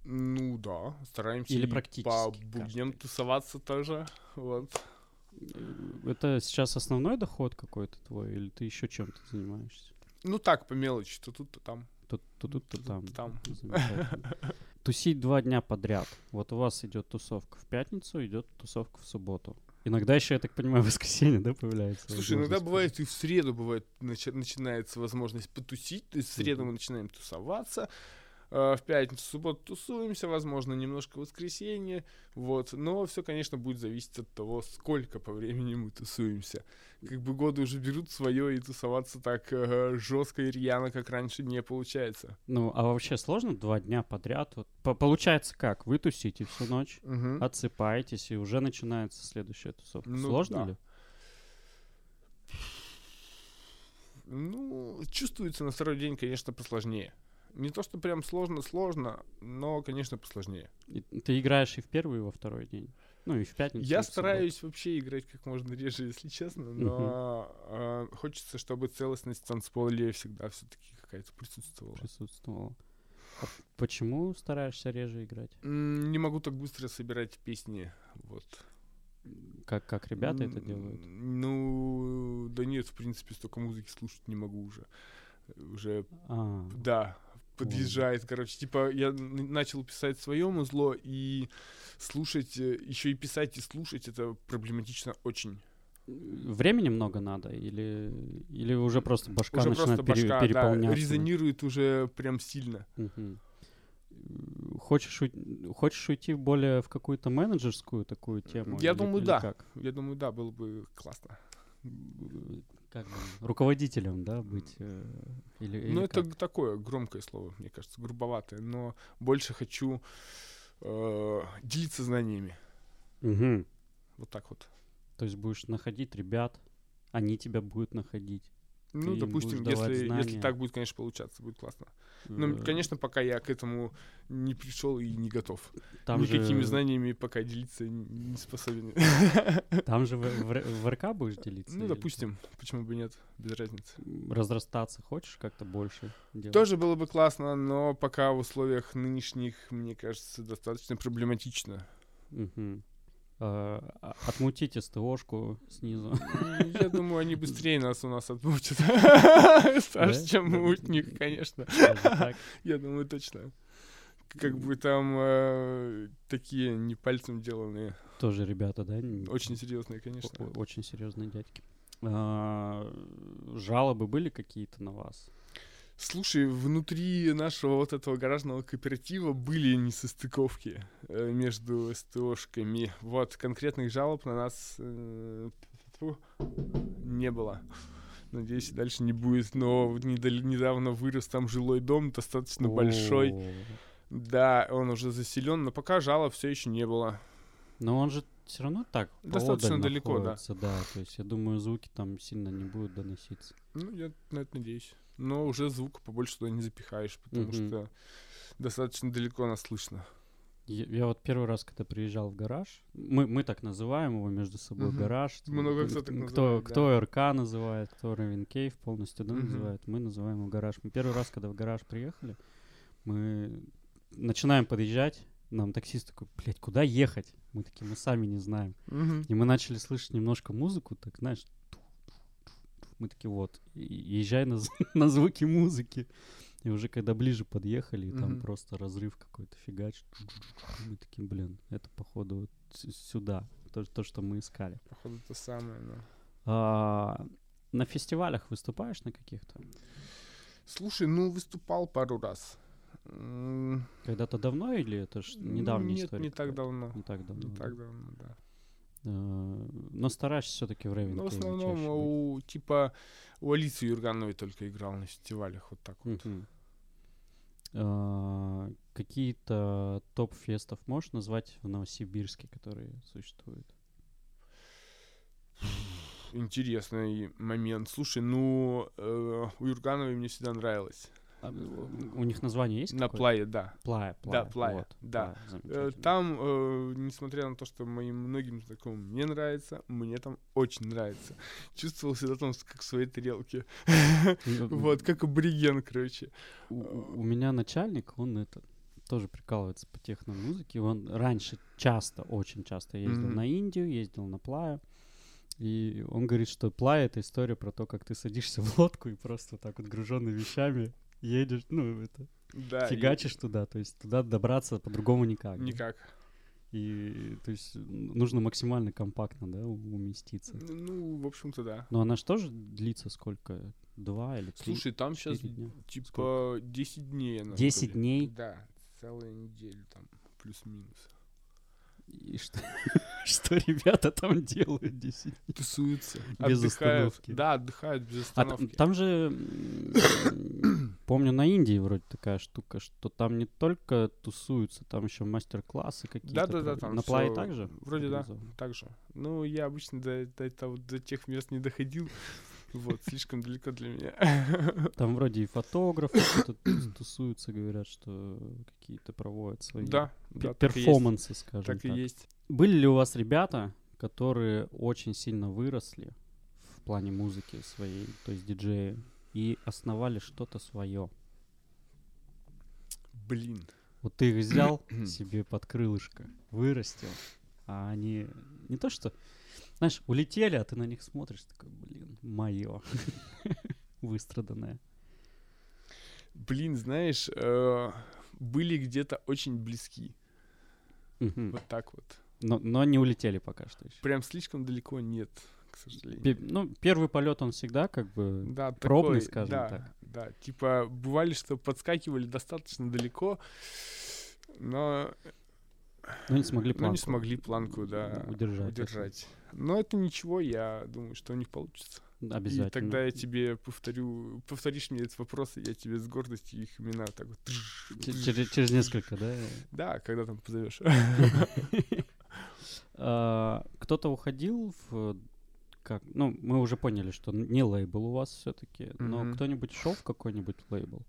Speaker 2: Ну, да, стараемся
Speaker 1: Или
Speaker 2: и
Speaker 1: практически
Speaker 2: по
Speaker 1: каждый.
Speaker 2: будням тусоваться тоже. Вот.
Speaker 1: Э, Это сейчас основной доход какой-то твой, или ты еще чем-то занимаешься?
Speaker 2: Ну, так, по мелочи, то тут, то там.
Speaker 1: Тут, тут, тут,
Speaker 2: Тут,
Speaker 1: там.
Speaker 2: там.
Speaker 1: Замечательно. Тусить два дня подряд. Вот у вас идет тусовка в пятницу, идет тусовка в субботу. Иногда еще, я так понимаю, в воскресенье, да, появляется?
Speaker 2: Слушай, иногда
Speaker 1: возможность?
Speaker 2: бывает и в среду бывает начи- начинается возможность потусить. То есть в среду мы начинаем тусоваться. э, В пятницу, в субботу тусуемся, возможно, немножко в воскресенье, вот. Но все, конечно, будет зависеть от того, сколько по времени мы тусуемся. Как бы годы уже берут свое, и тусоваться так жестко и рьяно, как раньше, не получается.
Speaker 1: Ну, а вообще сложно два дня подряд? Вот, по- получается как? Вы тусите всю ночь,
Speaker 2: Мгм.
Speaker 1: отсыпаетесь, и уже начинается следующая тусовка.
Speaker 2: Ну
Speaker 1: Сложно
Speaker 2: да.
Speaker 1: ли?
Speaker 2: Ну, чувствуется на второй день, конечно, посложнее. Не то, что прям сложно-сложно, но, конечно, посложнее.
Speaker 1: И ты играешь и в первый, и во второй день. Ну, и в пятницу. и
Speaker 2: Я
Speaker 1: в субботу.
Speaker 2: стараюсь вообще играть как можно реже, если честно, но э, хочется, чтобы целостность танцполя всегда все-таки какая-то присутствовала.
Speaker 1: Присутствовала. А почему стараешься реже играть?
Speaker 2: М, Не могу так быстро собирать песни, вот.
Speaker 1: Как, как ребята это
Speaker 2: М,
Speaker 1: делают?
Speaker 2: Ну, да нет, в принципе, столько музыки слушать не могу уже. Уже
Speaker 1: А,
Speaker 2: Да,
Speaker 1: Понял.
Speaker 2: подъезжает, короче. Типа я н- начал писать свое музло и слушать, еще и писать и слушать, это проблематично очень.
Speaker 1: времени много надо? Или, или уже просто башка
Speaker 2: Уже
Speaker 1: начинает
Speaker 2: просто башка
Speaker 1: пере-
Speaker 2: да,
Speaker 1: переполняться?
Speaker 2: резонирует уже прям сильно.
Speaker 1: Мгм. Э, Хочешь, уй- хочешь уйти в более в какую-то менеджерскую такую тему?
Speaker 2: Я
Speaker 1: или-
Speaker 2: думаю,
Speaker 1: или
Speaker 2: да.
Speaker 1: Как?
Speaker 2: Я думаю, да, было бы классно.
Speaker 1: Э, как бы руководителем, да, быть? э, Или, или
Speaker 2: ну, это
Speaker 1: как?
Speaker 2: г- такое громкое слово, мне кажется, грубоватое, но больше хочу э, делиться знаниями.
Speaker 1: Мгм.
Speaker 2: Вот так вот.
Speaker 1: То есть будешь находить ребят, они тебя будут находить.
Speaker 2: Ну,
Speaker 1: им
Speaker 2: допустим,
Speaker 1: будешь давать
Speaker 2: если, если
Speaker 1: знания.
Speaker 2: так будет, конечно, получаться, будет классно. Но,
Speaker 1: Э,
Speaker 2: м, Ну, конечно, пока я к этому не пришел и не готов.
Speaker 1: там
Speaker 2: Никакими
Speaker 1: же...
Speaker 2: знаниями пока делиться н- не способен.
Speaker 1: Там же в, в Р- в РК будешь делиться?
Speaker 2: Ну,
Speaker 1: или
Speaker 2: допустим, почему бы нет, без разницы.
Speaker 1: м, Разрастаться хочешь как-то больше делать?
Speaker 2: Тоже было бы классно, но пока в условиях нынешних, мне кажется, достаточно проблематично.
Speaker 1: Мгм. А, а- Отмутить СТОшку снизу.
Speaker 2: Ну, Я думаю, они быстрее нас у нас отмутят.
Speaker 1: Да?
Speaker 2: Старше, чем
Speaker 1: Да.
Speaker 2: мутник, конечно.
Speaker 1: даже так.
Speaker 2: Я думаю, точно. Как бы там э, такие не пальцем деланные.
Speaker 1: Тоже ребята, да? н-
Speaker 2: Очень серьезные,
Speaker 1: о-
Speaker 2: конечно.
Speaker 1: о- Очень серьезные дядьки. А, Жалобы были какие-то на вас?
Speaker 2: Слушай, внутри нашего вот этого гаражного кооператива были несостыковки э, между СТОшками. Вот, конкретных жалоб на нас э, тьфу, не было. Надеюсь, и дальше не будет, но вот недал- недавно вырос там жилой дом, достаточно большой.
Speaker 1: О,
Speaker 2: Да, он уже заселен, но пока жалоб все еще не было.
Speaker 1: Но он же все равно так
Speaker 2: Достаточно
Speaker 1: поодаль
Speaker 2: далеко, да.
Speaker 1: находится, да. То есть я думаю, звуки там сильно не будут доноситься.
Speaker 2: Ну, я на это надеюсь. Но уже звук побольше туда не запихаешь, потому
Speaker 1: Мгм.
Speaker 2: что достаточно далеко нас слышно.
Speaker 1: Я, я вот первый раз, когда приезжал в гараж, мы, мы так называем его между собой
Speaker 2: Мгм.
Speaker 1: гараж. там,
Speaker 2: Много
Speaker 1: м,
Speaker 2: кто так
Speaker 1: м,
Speaker 2: называет, да.
Speaker 1: Кто РК называет, кто Raven Cave полностью да,
Speaker 2: Мгм.
Speaker 1: называет, мы называем его гараж. Мы первый раз, когда в гараж приехали, мы начинаем подъезжать, нам таксист такой, блядь, куда ехать? Мы такие, мы сами не знаем. И мы начали слышать немножко музыку, так знаешь, ту-ту-ту-ту. мы такие вот, и- и- езжай на, з- на звуки музыки. И уже когда ближе подъехали, и там
Speaker 2: Мгм.
Speaker 1: просто разрыв какой-то фигач. Мы такие, блин, это походу вот с- сюда, то, то, что мы искали.
Speaker 2: Походу, то самое, но...
Speaker 1: А, на фестивалях выступаешь на каких-то?
Speaker 2: Слушай, ну, выступал пару раз. М,
Speaker 1: Когда-то давно или это ж
Speaker 2: ну,
Speaker 1: недавняя
Speaker 2: Нет,
Speaker 1: история?
Speaker 2: не так
Speaker 1: какая-то?
Speaker 2: давно.
Speaker 1: Не так давно.
Speaker 2: Не
Speaker 1: да.
Speaker 2: так давно, да.
Speaker 1: А, но стараешься все-таки в Рейвен
Speaker 2: Но Ну, в основном у, типа, у Алисы Юргановой только играл на фестивалях, вот так вот.
Speaker 1: Мгм. А, Какие-то топ-фестов можешь назвать в Новосибирске, которые существуют?
Speaker 2: Интересный момент. Слушай, ну, э, у Юргановой мне всегда нравилось.
Speaker 1: А, у у них название есть?
Speaker 2: На
Speaker 1: какое-то?
Speaker 2: плае, да.
Speaker 1: Плая.
Speaker 2: Да,
Speaker 1: Плая,
Speaker 2: Плая,
Speaker 1: вот,
Speaker 2: да.
Speaker 1: Плая,
Speaker 2: Э,
Speaker 1: замечательно.
Speaker 2: Там, э, несмотря на то, что моим многим знакомым не нравится, мне там очень нравится. Чувствовал себя там с- как в своей тарелке.
Speaker 1: Ну,
Speaker 2: Вот, как абориген, короче.
Speaker 1: У, у- у меня начальник, он это тоже прикалывается по техномузыке. Он раньше часто, очень часто ездил
Speaker 2: Мгм.
Speaker 1: на Индию, ездил на Плаю. И он говорит, что Плая — это история про то, как ты садишься в лодку и просто так вот груженный вещами едешь, ну, это,
Speaker 2: Да, А, и
Speaker 1: фигачишь туда. То есть туда добраться по-другому никак. а, да.
Speaker 2: Никак.
Speaker 1: И, то есть, н- нужно максимально компактно, да, у- уместиться.
Speaker 2: Ну, в общем-то, да.
Speaker 1: Но она же тоже длится сколько? Два или три?
Speaker 2: Слушай, там сейчас
Speaker 1: четыре дня.
Speaker 2: типа 10 дней. она, что
Speaker 1: 10
Speaker 2: ли.
Speaker 1: дней?
Speaker 2: Да, целую неделю там, плюс-минус.
Speaker 1: И что, что ребята там делают 10
Speaker 2: Тусуются.
Speaker 1: Без
Speaker 2: отдыхают.
Speaker 1: остановки.
Speaker 2: Да, отдыхают без
Speaker 1: А т-
Speaker 2: остановки.
Speaker 1: там же, м, помню, на Индии вроде такая штука, что там не только тусуются, там еще мастер-классы какие-то.
Speaker 2: Да-да-да,
Speaker 1: проводят.
Speaker 2: там
Speaker 1: На плае
Speaker 2: всё
Speaker 1: также?
Speaker 2: вроде да. Так же. Ну, я обычно до, до, этого- до тех мест не доходил. Вот, слишком далеко для меня.
Speaker 1: Там вроде и фотографы что-то тус- тусуются, говорят, что какие-то проводят свои
Speaker 2: Да,
Speaker 1: пе-
Speaker 2: да, так и есть.
Speaker 1: перформансы, скажем
Speaker 2: Так и есть.
Speaker 1: Были ли у вас ребята, которые очень сильно выросли в плане музыки своей, то есть диджеи, и основали что-то свое?
Speaker 2: Блин.
Speaker 1: Вот ты их взял себе под крылышко, вырастил, а они не то что, знаешь, улетели, а ты на них смотришь, такой, блин, мое, выстраданное.
Speaker 2: Блин, знаешь, э, были где-то очень близки.
Speaker 1: Мгм. Хм.
Speaker 2: Вот так вот.
Speaker 1: Но, но не улетели пока что еще.
Speaker 2: Прям слишком далеко нет, к сожалению.
Speaker 1: Пе- Ну, первый полет он всегда как бы...
Speaker 2: Да,
Speaker 1: пробный,
Speaker 2: такой,
Speaker 1: скажем
Speaker 2: да,
Speaker 1: так.
Speaker 2: Да, типа бывали, что подскакивали достаточно далеко, но
Speaker 1: Ну, не смогли
Speaker 2: ну, не
Speaker 1: планку
Speaker 2: смогли планку, да,
Speaker 1: удержать.
Speaker 2: удержать. Но это ничего, я думаю, что у них получится.
Speaker 1: Обязательно.
Speaker 2: И тогда я тебе повторю, повторишь мне этот вопрос, и я тебе с гордостью их имена так вот. тш-
Speaker 1: Че- Через, через несколько, да?
Speaker 2: Да, когда там позовешь.
Speaker 1: А, Кто-то уходил в как? Ну, мы уже поняли, что н- не лейбл у вас все-таки, но
Speaker 2: Мгм.
Speaker 1: кто-нибудь шел в какой-нибудь лейбл?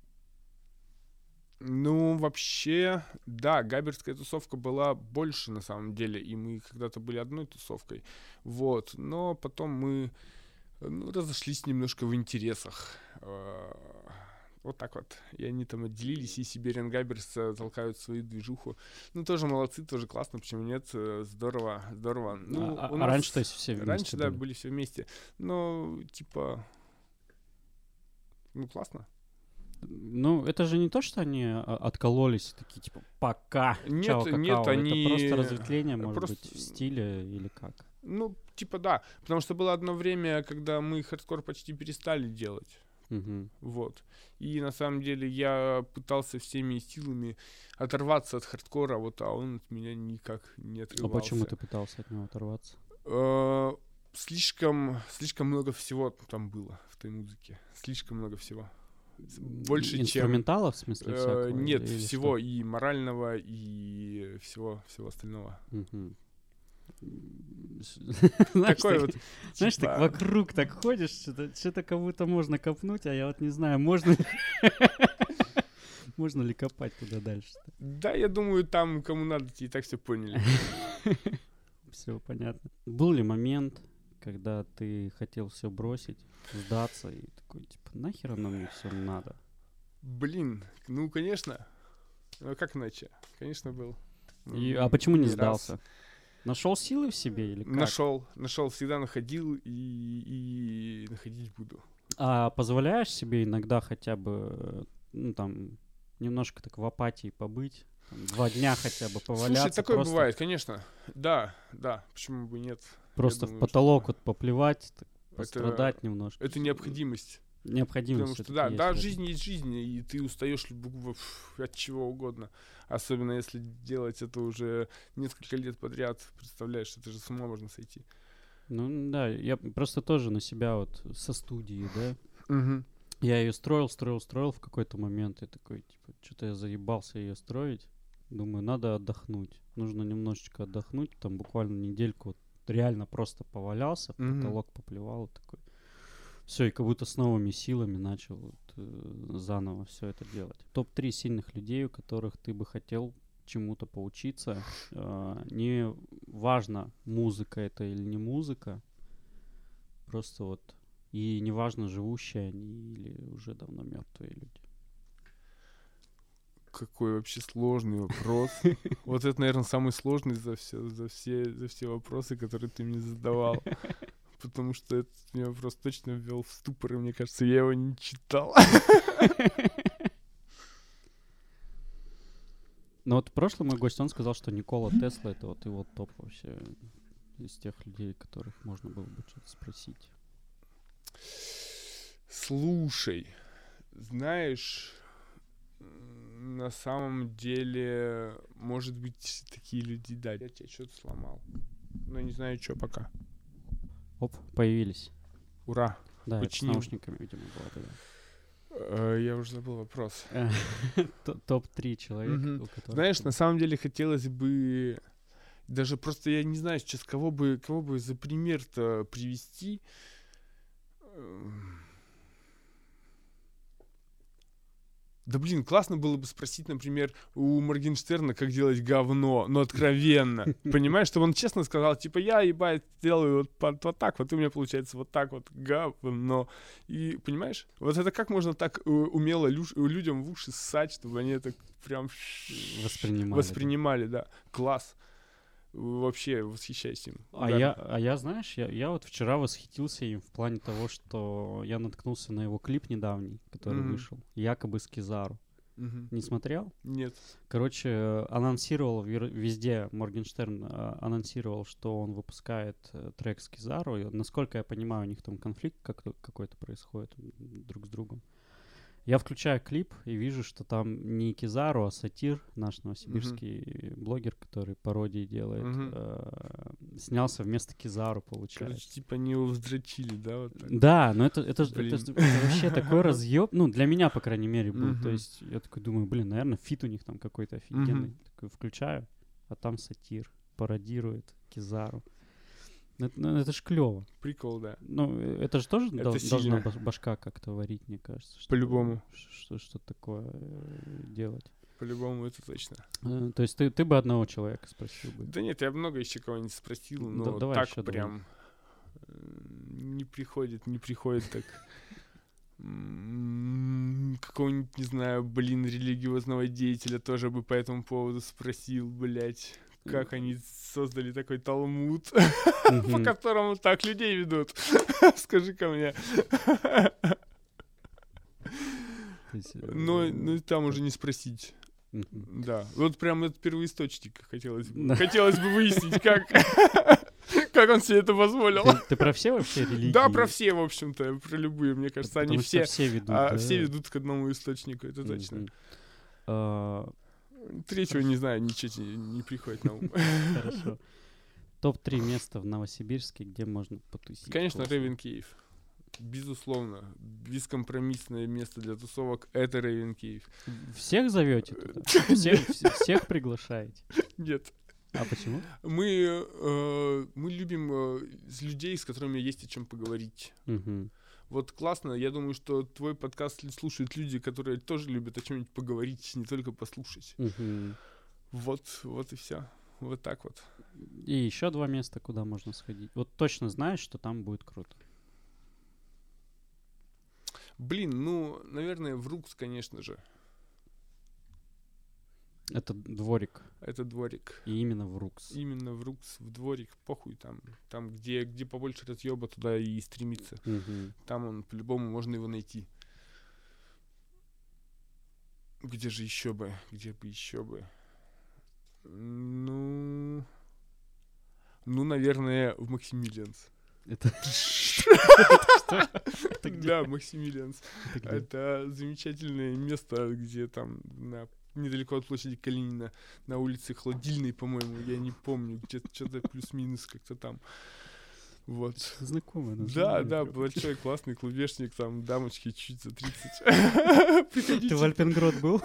Speaker 2: Ну, вообще, да, габерская тусовка была больше, на самом деле, и мы когда-то были одной тусовкой, вот, но потом мы э, ну, разошлись немножко в интересах, Э, вот так вот, и они там отделились, и Сибириан Габерс э, толкают свою движуху, ну, тоже молодцы, тоже классно, почему нет, Э, здорово, здорово. Ну,
Speaker 1: а
Speaker 2: у
Speaker 1: а
Speaker 2: нас
Speaker 1: раньше, то есть, все вместе
Speaker 2: Раньше, да,
Speaker 1: были?
Speaker 2: были все вместе, но, типа, ну, классно.
Speaker 1: Ну, это же не то, что они а, откололись и такие, типа, пока,
Speaker 2: Нет,
Speaker 1: чао, какао.
Speaker 2: нет, они-
Speaker 1: Это просто разветвление, может
Speaker 2: просто-
Speaker 1: быть, в стиле или как?
Speaker 2: Ну, типа да, потому что было одно время, когда мы хардкор почти перестали делать.
Speaker 1: Мгм. А
Speaker 2: Вот. И на самом деле я пытался всеми силами оторваться от хардкора, вот, а он от меня никак не
Speaker 1: А
Speaker 2: отрывался.
Speaker 1: почему ты пытался от него оторваться?
Speaker 2: Э, слишком, слишком много всего там было в той музыке. Слишком много всего. С- Больше,
Speaker 1: Ин-
Speaker 2: чем...
Speaker 1: Инструменталов, в смысле,
Speaker 2: э,
Speaker 1: всякого?
Speaker 2: нет,
Speaker 1: или- или
Speaker 2: всего и морального, и всего, всего остального.
Speaker 1: Мгм. Знаешь,
Speaker 2: Такой
Speaker 1: так-
Speaker 2: вот.
Speaker 1: Знаешь, так
Speaker 2: типа,
Speaker 1: вокруг так ходишь, что-то, что-то кому-то можно копнуть, а я вот не знаю, можно ли... Можно ли копать туда дальше?
Speaker 2: Да, я думаю, там кому надо, те и так все поняли.
Speaker 1: Все понятно. Был ли момент, когда ты хотел все бросить, сдаться и такой, типа, нахер оно мне все надо?
Speaker 2: Блин, ну, конечно. Ну, а как иначе? Конечно, был.
Speaker 1: И- а почему не
Speaker 2: раз.
Speaker 1: сдался? Нашел силы в себе или как?
Speaker 2: Нашел, нашел, всегда находил и, и находить буду.
Speaker 1: А позволяешь себе иногда хотя бы, э, ну там, немножко так в апатии побыть? Там, два дня хотя бы поваляться.
Speaker 2: Слушай, такое
Speaker 1: просто,
Speaker 2: бывает, конечно. Да, да, почему бы нет?
Speaker 1: Просто
Speaker 2: думаю,
Speaker 1: в потолок вот поплевать, так
Speaker 2: Это-
Speaker 1: пострадать немножко.
Speaker 2: Это необходимость.
Speaker 1: Необходимость.
Speaker 2: Потому что,
Speaker 1: всё-таки
Speaker 2: да,
Speaker 1: есть
Speaker 2: да,
Speaker 1: в этом.
Speaker 2: жизнь есть жизнь, и ты устаешь люб- буква- ф, от чего угодно. Особенно если делать это уже несколько лет подряд, представляешь, это же с ума можно сойти.
Speaker 1: Ну да, я просто тоже на себя вот со студии, да, Я ее строил, строил, строил в какой-то момент. Я такой, типа, что-то я заебался ее строить. Думаю, надо отдохнуть. Нужно немножечко отдохнуть. Там буквально недельку вот реально просто повалялся, в
Speaker 2: Мгм.
Speaker 1: потолок поплевал. и Такой. Все, и как будто с новыми силами начал вот, э, заново все это делать. Топ-3 сильных людей, у которых ты бы хотел чему-то поучиться. Э, не важно, музыка это или не музыка. Просто вот и неважно, живущие они или уже давно мертвые люди.
Speaker 2: Какой вообще сложный вопрос. Вот это, наверное, самый сложный за все, за все, за все вопросы, которые ты мне задавал. Потому что этот меня вопрос точно ввел в ступор, и мне кажется, я его не читал.
Speaker 1: Но вот прошлый мой гость, он сказал, что Никола Тесла это вот его топ вообще из тех людей, которых можно было бы что-то спросить.
Speaker 2: Слушай, знаешь, м, на самом деле, может быть, такие люди, да, я тебя что-то сломал. Но не знаю, что пока.
Speaker 1: Оп, появились.
Speaker 2: Ура.
Speaker 1: Да, это с
Speaker 2: Починил.
Speaker 1: наушниками, видимо, было тогда.
Speaker 2: Э, Я уже забыл вопрос.
Speaker 1: Т- Топ-3
Speaker 2: Мгм.
Speaker 1: человека, у которых...
Speaker 2: Знаешь,
Speaker 1: ты-
Speaker 2: на самом деле хотелось бы даже просто я не знаю сейчас кого бы кого бы за пример-то привести. Эм. Да блин, классно было бы спросить, например, у Моргенштерна, как делать говно, но откровенно. Понимаешь, чтобы он честно сказал, типа, я, ебать, делаю вот, под- вот так, вот и у меня получается вот так вот говно. И, понимаешь, вот это как можно так э, умело люш- людям в уши ссать, чтобы они это прям
Speaker 1: Воспринимали.
Speaker 2: воспринимали, да. Класс. Вообще восхищаюсь им.
Speaker 1: А я, а я, знаешь, я, я вот вчера восхитился им в плане того, что я наткнулся на его клип недавний, который
Speaker 2: Мгм.
Speaker 1: вышел, якобы с Кизару.
Speaker 2: Мгм.
Speaker 1: Не смотрел?
Speaker 2: Нет.
Speaker 1: Короче, э, анонсировал вер- везде, Моргенштерн э, анонсировал, что он выпускает э, трек с Кизару. И, насколько я понимаю, у них там конфликт как-то- какой-то происходит м, друг с другом. Я включаю клип и вижу, что там не Кизару, а Сатир, наш новосибирский блогер, который пародии делает,
Speaker 2: Мгм.
Speaker 1: э, снялся вместо Кизару, получается.
Speaker 2: Короче, типа не вздрочили, да? Вот так?
Speaker 1: Да, но это, это, ж- это
Speaker 2: Блин.
Speaker 1: ж вообще такой разъеб. Ну, для меня, по крайней мере, был. То
Speaker 2: Мгм.
Speaker 1: есть я такой думаю, блин, наверное, фит у них там какой-то офигенный. Такой включаю, а там сатир пародирует Кизару. Это, ну, это ж клево.
Speaker 2: Прикол, да.
Speaker 1: Ну, э, это же тоже
Speaker 2: Это
Speaker 1: дол- должна
Speaker 2: сильно.
Speaker 1: баш- башка как-то варить, мне кажется. что-
Speaker 2: По-любому.
Speaker 1: ш- Что, что такое э, делать.
Speaker 2: По-любому это точно.
Speaker 1: Э, То есть ты, ты бы одного человека спросил бы.
Speaker 2: Да нет, я много еще кого-нибудь спросил,
Speaker 1: М, да-
Speaker 2: но
Speaker 1: давай
Speaker 2: так
Speaker 1: ещё
Speaker 2: прям э, не приходит, не приходит так. М, Какого-нибудь, не знаю, блин, религиозного деятеля тоже бы по этому поводу спросил, блять, как они создали такой талмуд. по
Speaker 1: Мгм.
Speaker 2: которому так людей ведут. скскажи ко мне.
Speaker 1: То есть, э,
Speaker 2: Но, ну, там уже не спросить.
Speaker 1: мгм.
Speaker 2: Да. Вот прям этот первоисточник хотелось бы.
Speaker 1: Да.
Speaker 2: Хотелось бы выяснить, как, как он себе это позволил.
Speaker 1: Ты, ты про все вообще религии? Э,
Speaker 2: Да, про все, в общем-то, про любые, мне кажется,
Speaker 1: Потому
Speaker 2: они
Speaker 1: что
Speaker 2: все,
Speaker 1: все ведут. э,
Speaker 2: а,
Speaker 1: да.
Speaker 2: все ведут к одному источнику, это точно.
Speaker 1: Мгм. А,
Speaker 2: Третьего не знаю, ничего тебе не приходит на ум.
Speaker 1: Типа Хорошо. Топ-3 места в Новосибирске, где можно потусить.
Speaker 2: Конечно,
Speaker 1: классно.
Speaker 2: Рейвен Киев. Безусловно, бескомпромиссное место для тусовок — это Рейвен Киев.
Speaker 1: Всех зовете туда? Всех, вс- всех приглашаете?
Speaker 2: Нет.
Speaker 1: А почему?
Speaker 2: Мы, э, мы любим э, с- людей, с которыми есть о чем поговорить.
Speaker 1: Мгм.
Speaker 2: Вот классно, я думаю, что твой подкаст л- слушают люди, которые тоже любят о чем-нибудь поговорить, не только послушать.
Speaker 1: Мгм.
Speaker 2: Вот, вот и все. Вот так вот.
Speaker 1: И еще два места, куда можно сходить. Вот точно знаешь, что там будет круто.
Speaker 2: Блин, ну, наверное, в Рукс, конечно же.
Speaker 1: Это дворик.
Speaker 2: Это дворик.
Speaker 1: И именно в Рукс.
Speaker 2: Именно в Рукс, в дворик, похуй там. Там, где, где побольше разъеба, туда и стремиться.
Speaker 1: Мгм.
Speaker 2: Там он, по-любому, можно его найти. Где же еще бы? Где бы еще бы? Ну... Ну, наверное, в Максимилианс.
Speaker 1: Это Это где?
Speaker 2: Да, Максимилианс.
Speaker 1: это где?
Speaker 2: Это замечательное место, где там на- недалеко от площади Калинина, на улице Холодильной, по-моему, я не помню, где-то что-то плюс-минус как-то там. Вот.
Speaker 1: Что-то знакомое
Speaker 2: Да,
Speaker 1: название
Speaker 2: да,
Speaker 1: какое-то.
Speaker 2: большой классный клубешник, там дамочки чуть за 30. Приходите.
Speaker 1: Ты в Альпенгрод был?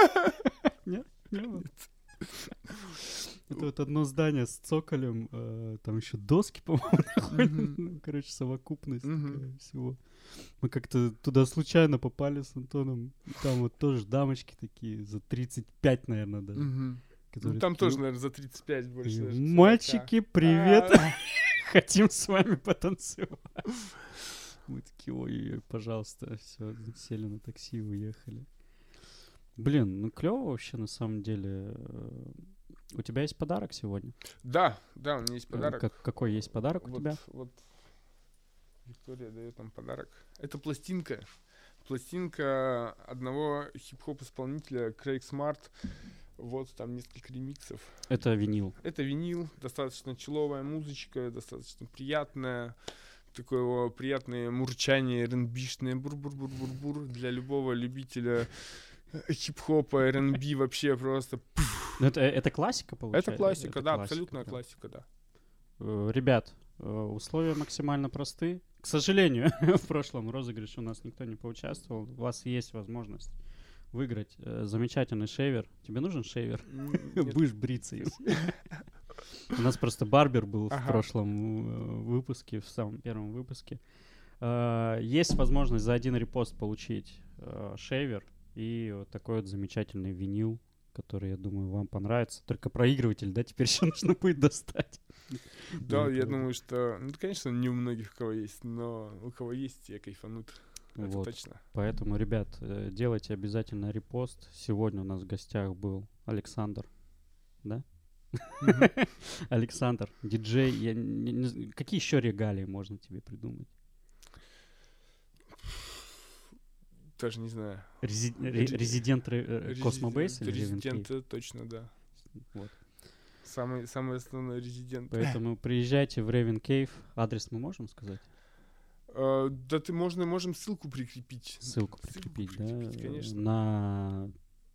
Speaker 1: Нет? Не был? Это вот одно здание с цоколем, э, там еще доски, по-моему, находят.
Speaker 2: Мгм.
Speaker 1: Ну, короче, совокупность
Speaker 2: Мгм.
Speaker 1: такая всего. Мы как-то туда случайно попали с Антоном. И Там вот тоже дамочки такие, за 35, наверное, даже.
Speaker 2: Мгм. Ну,
Speaker 1: которые
Speaker 2: Там
Speaker 1: такие,
Speaker 2: тоже, наверное, за 35
Speaker 1: «Э,
Speaker 2: больше. даже, 40.
Speaker 1: Мальчики, привет!
Speaker 2: А,
Speaker 1: Хотим с вами потанцевать. Мы такие, ой, пожалуйста, все, сели на такси, уехали. Блин, ну клево вообще на самом деле. Э, У тебя есть подарок сегодня?
Speaker 2: Да, да, у меня есть
Speaker 1: Э,
Speaker 2: подарок.
Speaker 1: как- какой есть подарок у
Speaker 2: Вот-
Speaker 1: тебя?
Speaker 2: Вот Виктория дает нам подарок. Это пластинка. Пластинка одного хип-хоп исполнителя Крейг Смарт. Вот там несколько ремиксов.
Speaker 1: Это винил.
Speaker 2: Это винил, достаточно человая музычка, достаточно приятная. Такое о, приятное мурчание, рнбишное бур-бур-бур-бур-бур для любого любителя э, хип-хопа, РНБ вообще просто.
Speaker 1: Ну, это, это классика, получается?
Speaker 2: Это классика, да,
Speaker 1: классика,
Speaker 2: абсолютная
Speaker 1: да.
Speaker 2: классика, да.
Speaker 1: Э, Ребят, э, условия максимально просты. К сожалению, в прошлом розыгрыше у нас никто не поучаствовал. У вас есть возможность выиграть э, замечательный шейвер. Тебе нужен шейвер?
Speaker 2: М, нет,
Speaker 1: Будешь бриться им. У нас просто барбер был в
Speaker 2: Ага.
Speaker 1: прошлом э, выпуске, в самом первом выпуске. Э, Есть возможность за один репост получить э, шейвер и вот такой вот замечательный винил, который, я думаю, вам понравится. Только проигрыватель, да, теперь еще нужно будет достать.
Speaker 2: Да, я
Speaker 1: этого.
Speaker 2: думаю, что... Ну, конечно, не у многих, у кого есть, но у кого есть, те кайфанут. Это
Speaker 1: Вот.
Speaker 2: точно.
Speaker 1: Поэтому, ребят, э, делайте обязательно репост. Сегодня у нас в гостях был Александр. Да? Александр, диджей. Я не- не з- Какие еще регалии можно тебе придумать?
Speaker 2: Даже не знаю.
Speaker 1: Рези- ре-
Speaker 2: Рези-
Speaker 1: Резидент ре- э, Космобейс или Ревенкейп?
Speaker 2: Резидент, точно, да.
Speaker 1: Вот.
Speaker 2: Самый, самый основной резидент.
Speaker 1: Поэтому приезжайте в Ревен Кейв. Адрес мы можем сказать?
Speaker 2: Э, Да ты можно, можем ссылку прикрепить
Speaker 1: Ссылку
Speaker 2: Ссылку
Speaker 1: прикрепить, да?
Speaker 2: прикрепить,
Speaker 1: э,
Speaker 2: конечно.
Speaker 1: На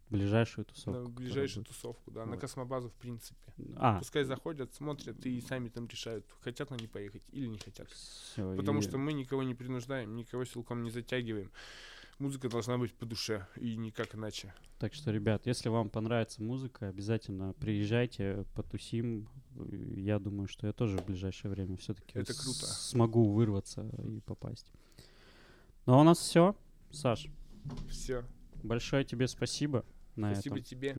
Speaker 1: ближайшую тусовку.
Speaker 2: на
Speaker 1: которая
Speaker 2: ближайшую
Speaker 1: будет.
Speaker 2: тусовку, да, на
Speaker 1: Вот.
Speaker 2: космобазу, в принципе.
Speaker 1: А,
Speaker 2: Пускай заходят, смотрят и сами там решают, хотят они поехать или не хотят.
Speaker 1: все.
Speaker 2: Потому что мы никого не принуждаем, никого силком не затягиваем. Музыка должна быть по душе и никак иначе.
Speaker 1: Так что, ребят, если вам понравится музыка, обязательно приезжайте, потусим. И Я думаю, что я тоже в ближайшее время все-таки
Speaker 2: Это круто.
Speaker 1: смогу вырваться и попасть. Ну а у нас все. Саш,
Speaker 2: Все.
Speaker 1: большое тебе спасибо на
Speaker 2: Спасибо
Speaker 1: этом.
Speaker 2: тебе.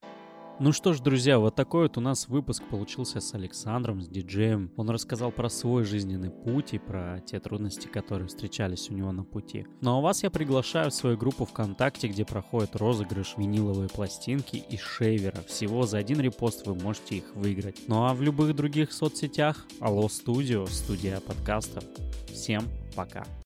Speaker 1: Ну что ж, друзья, вот такой вот у нас выпуск получился с Александром, с диджеем. Он рассказал про свой жизненный путь и про те трудности, которые встречались у него на пути. Ну а вас я приглашаю в свою группу ВКонтакте, где проходит розыгрыш виниловые пластинки и шейвера. Всего за один репост вы можете их выиграть. Ну а в любых других соцсетях Алло Студио, студия подкастов. Всем пока!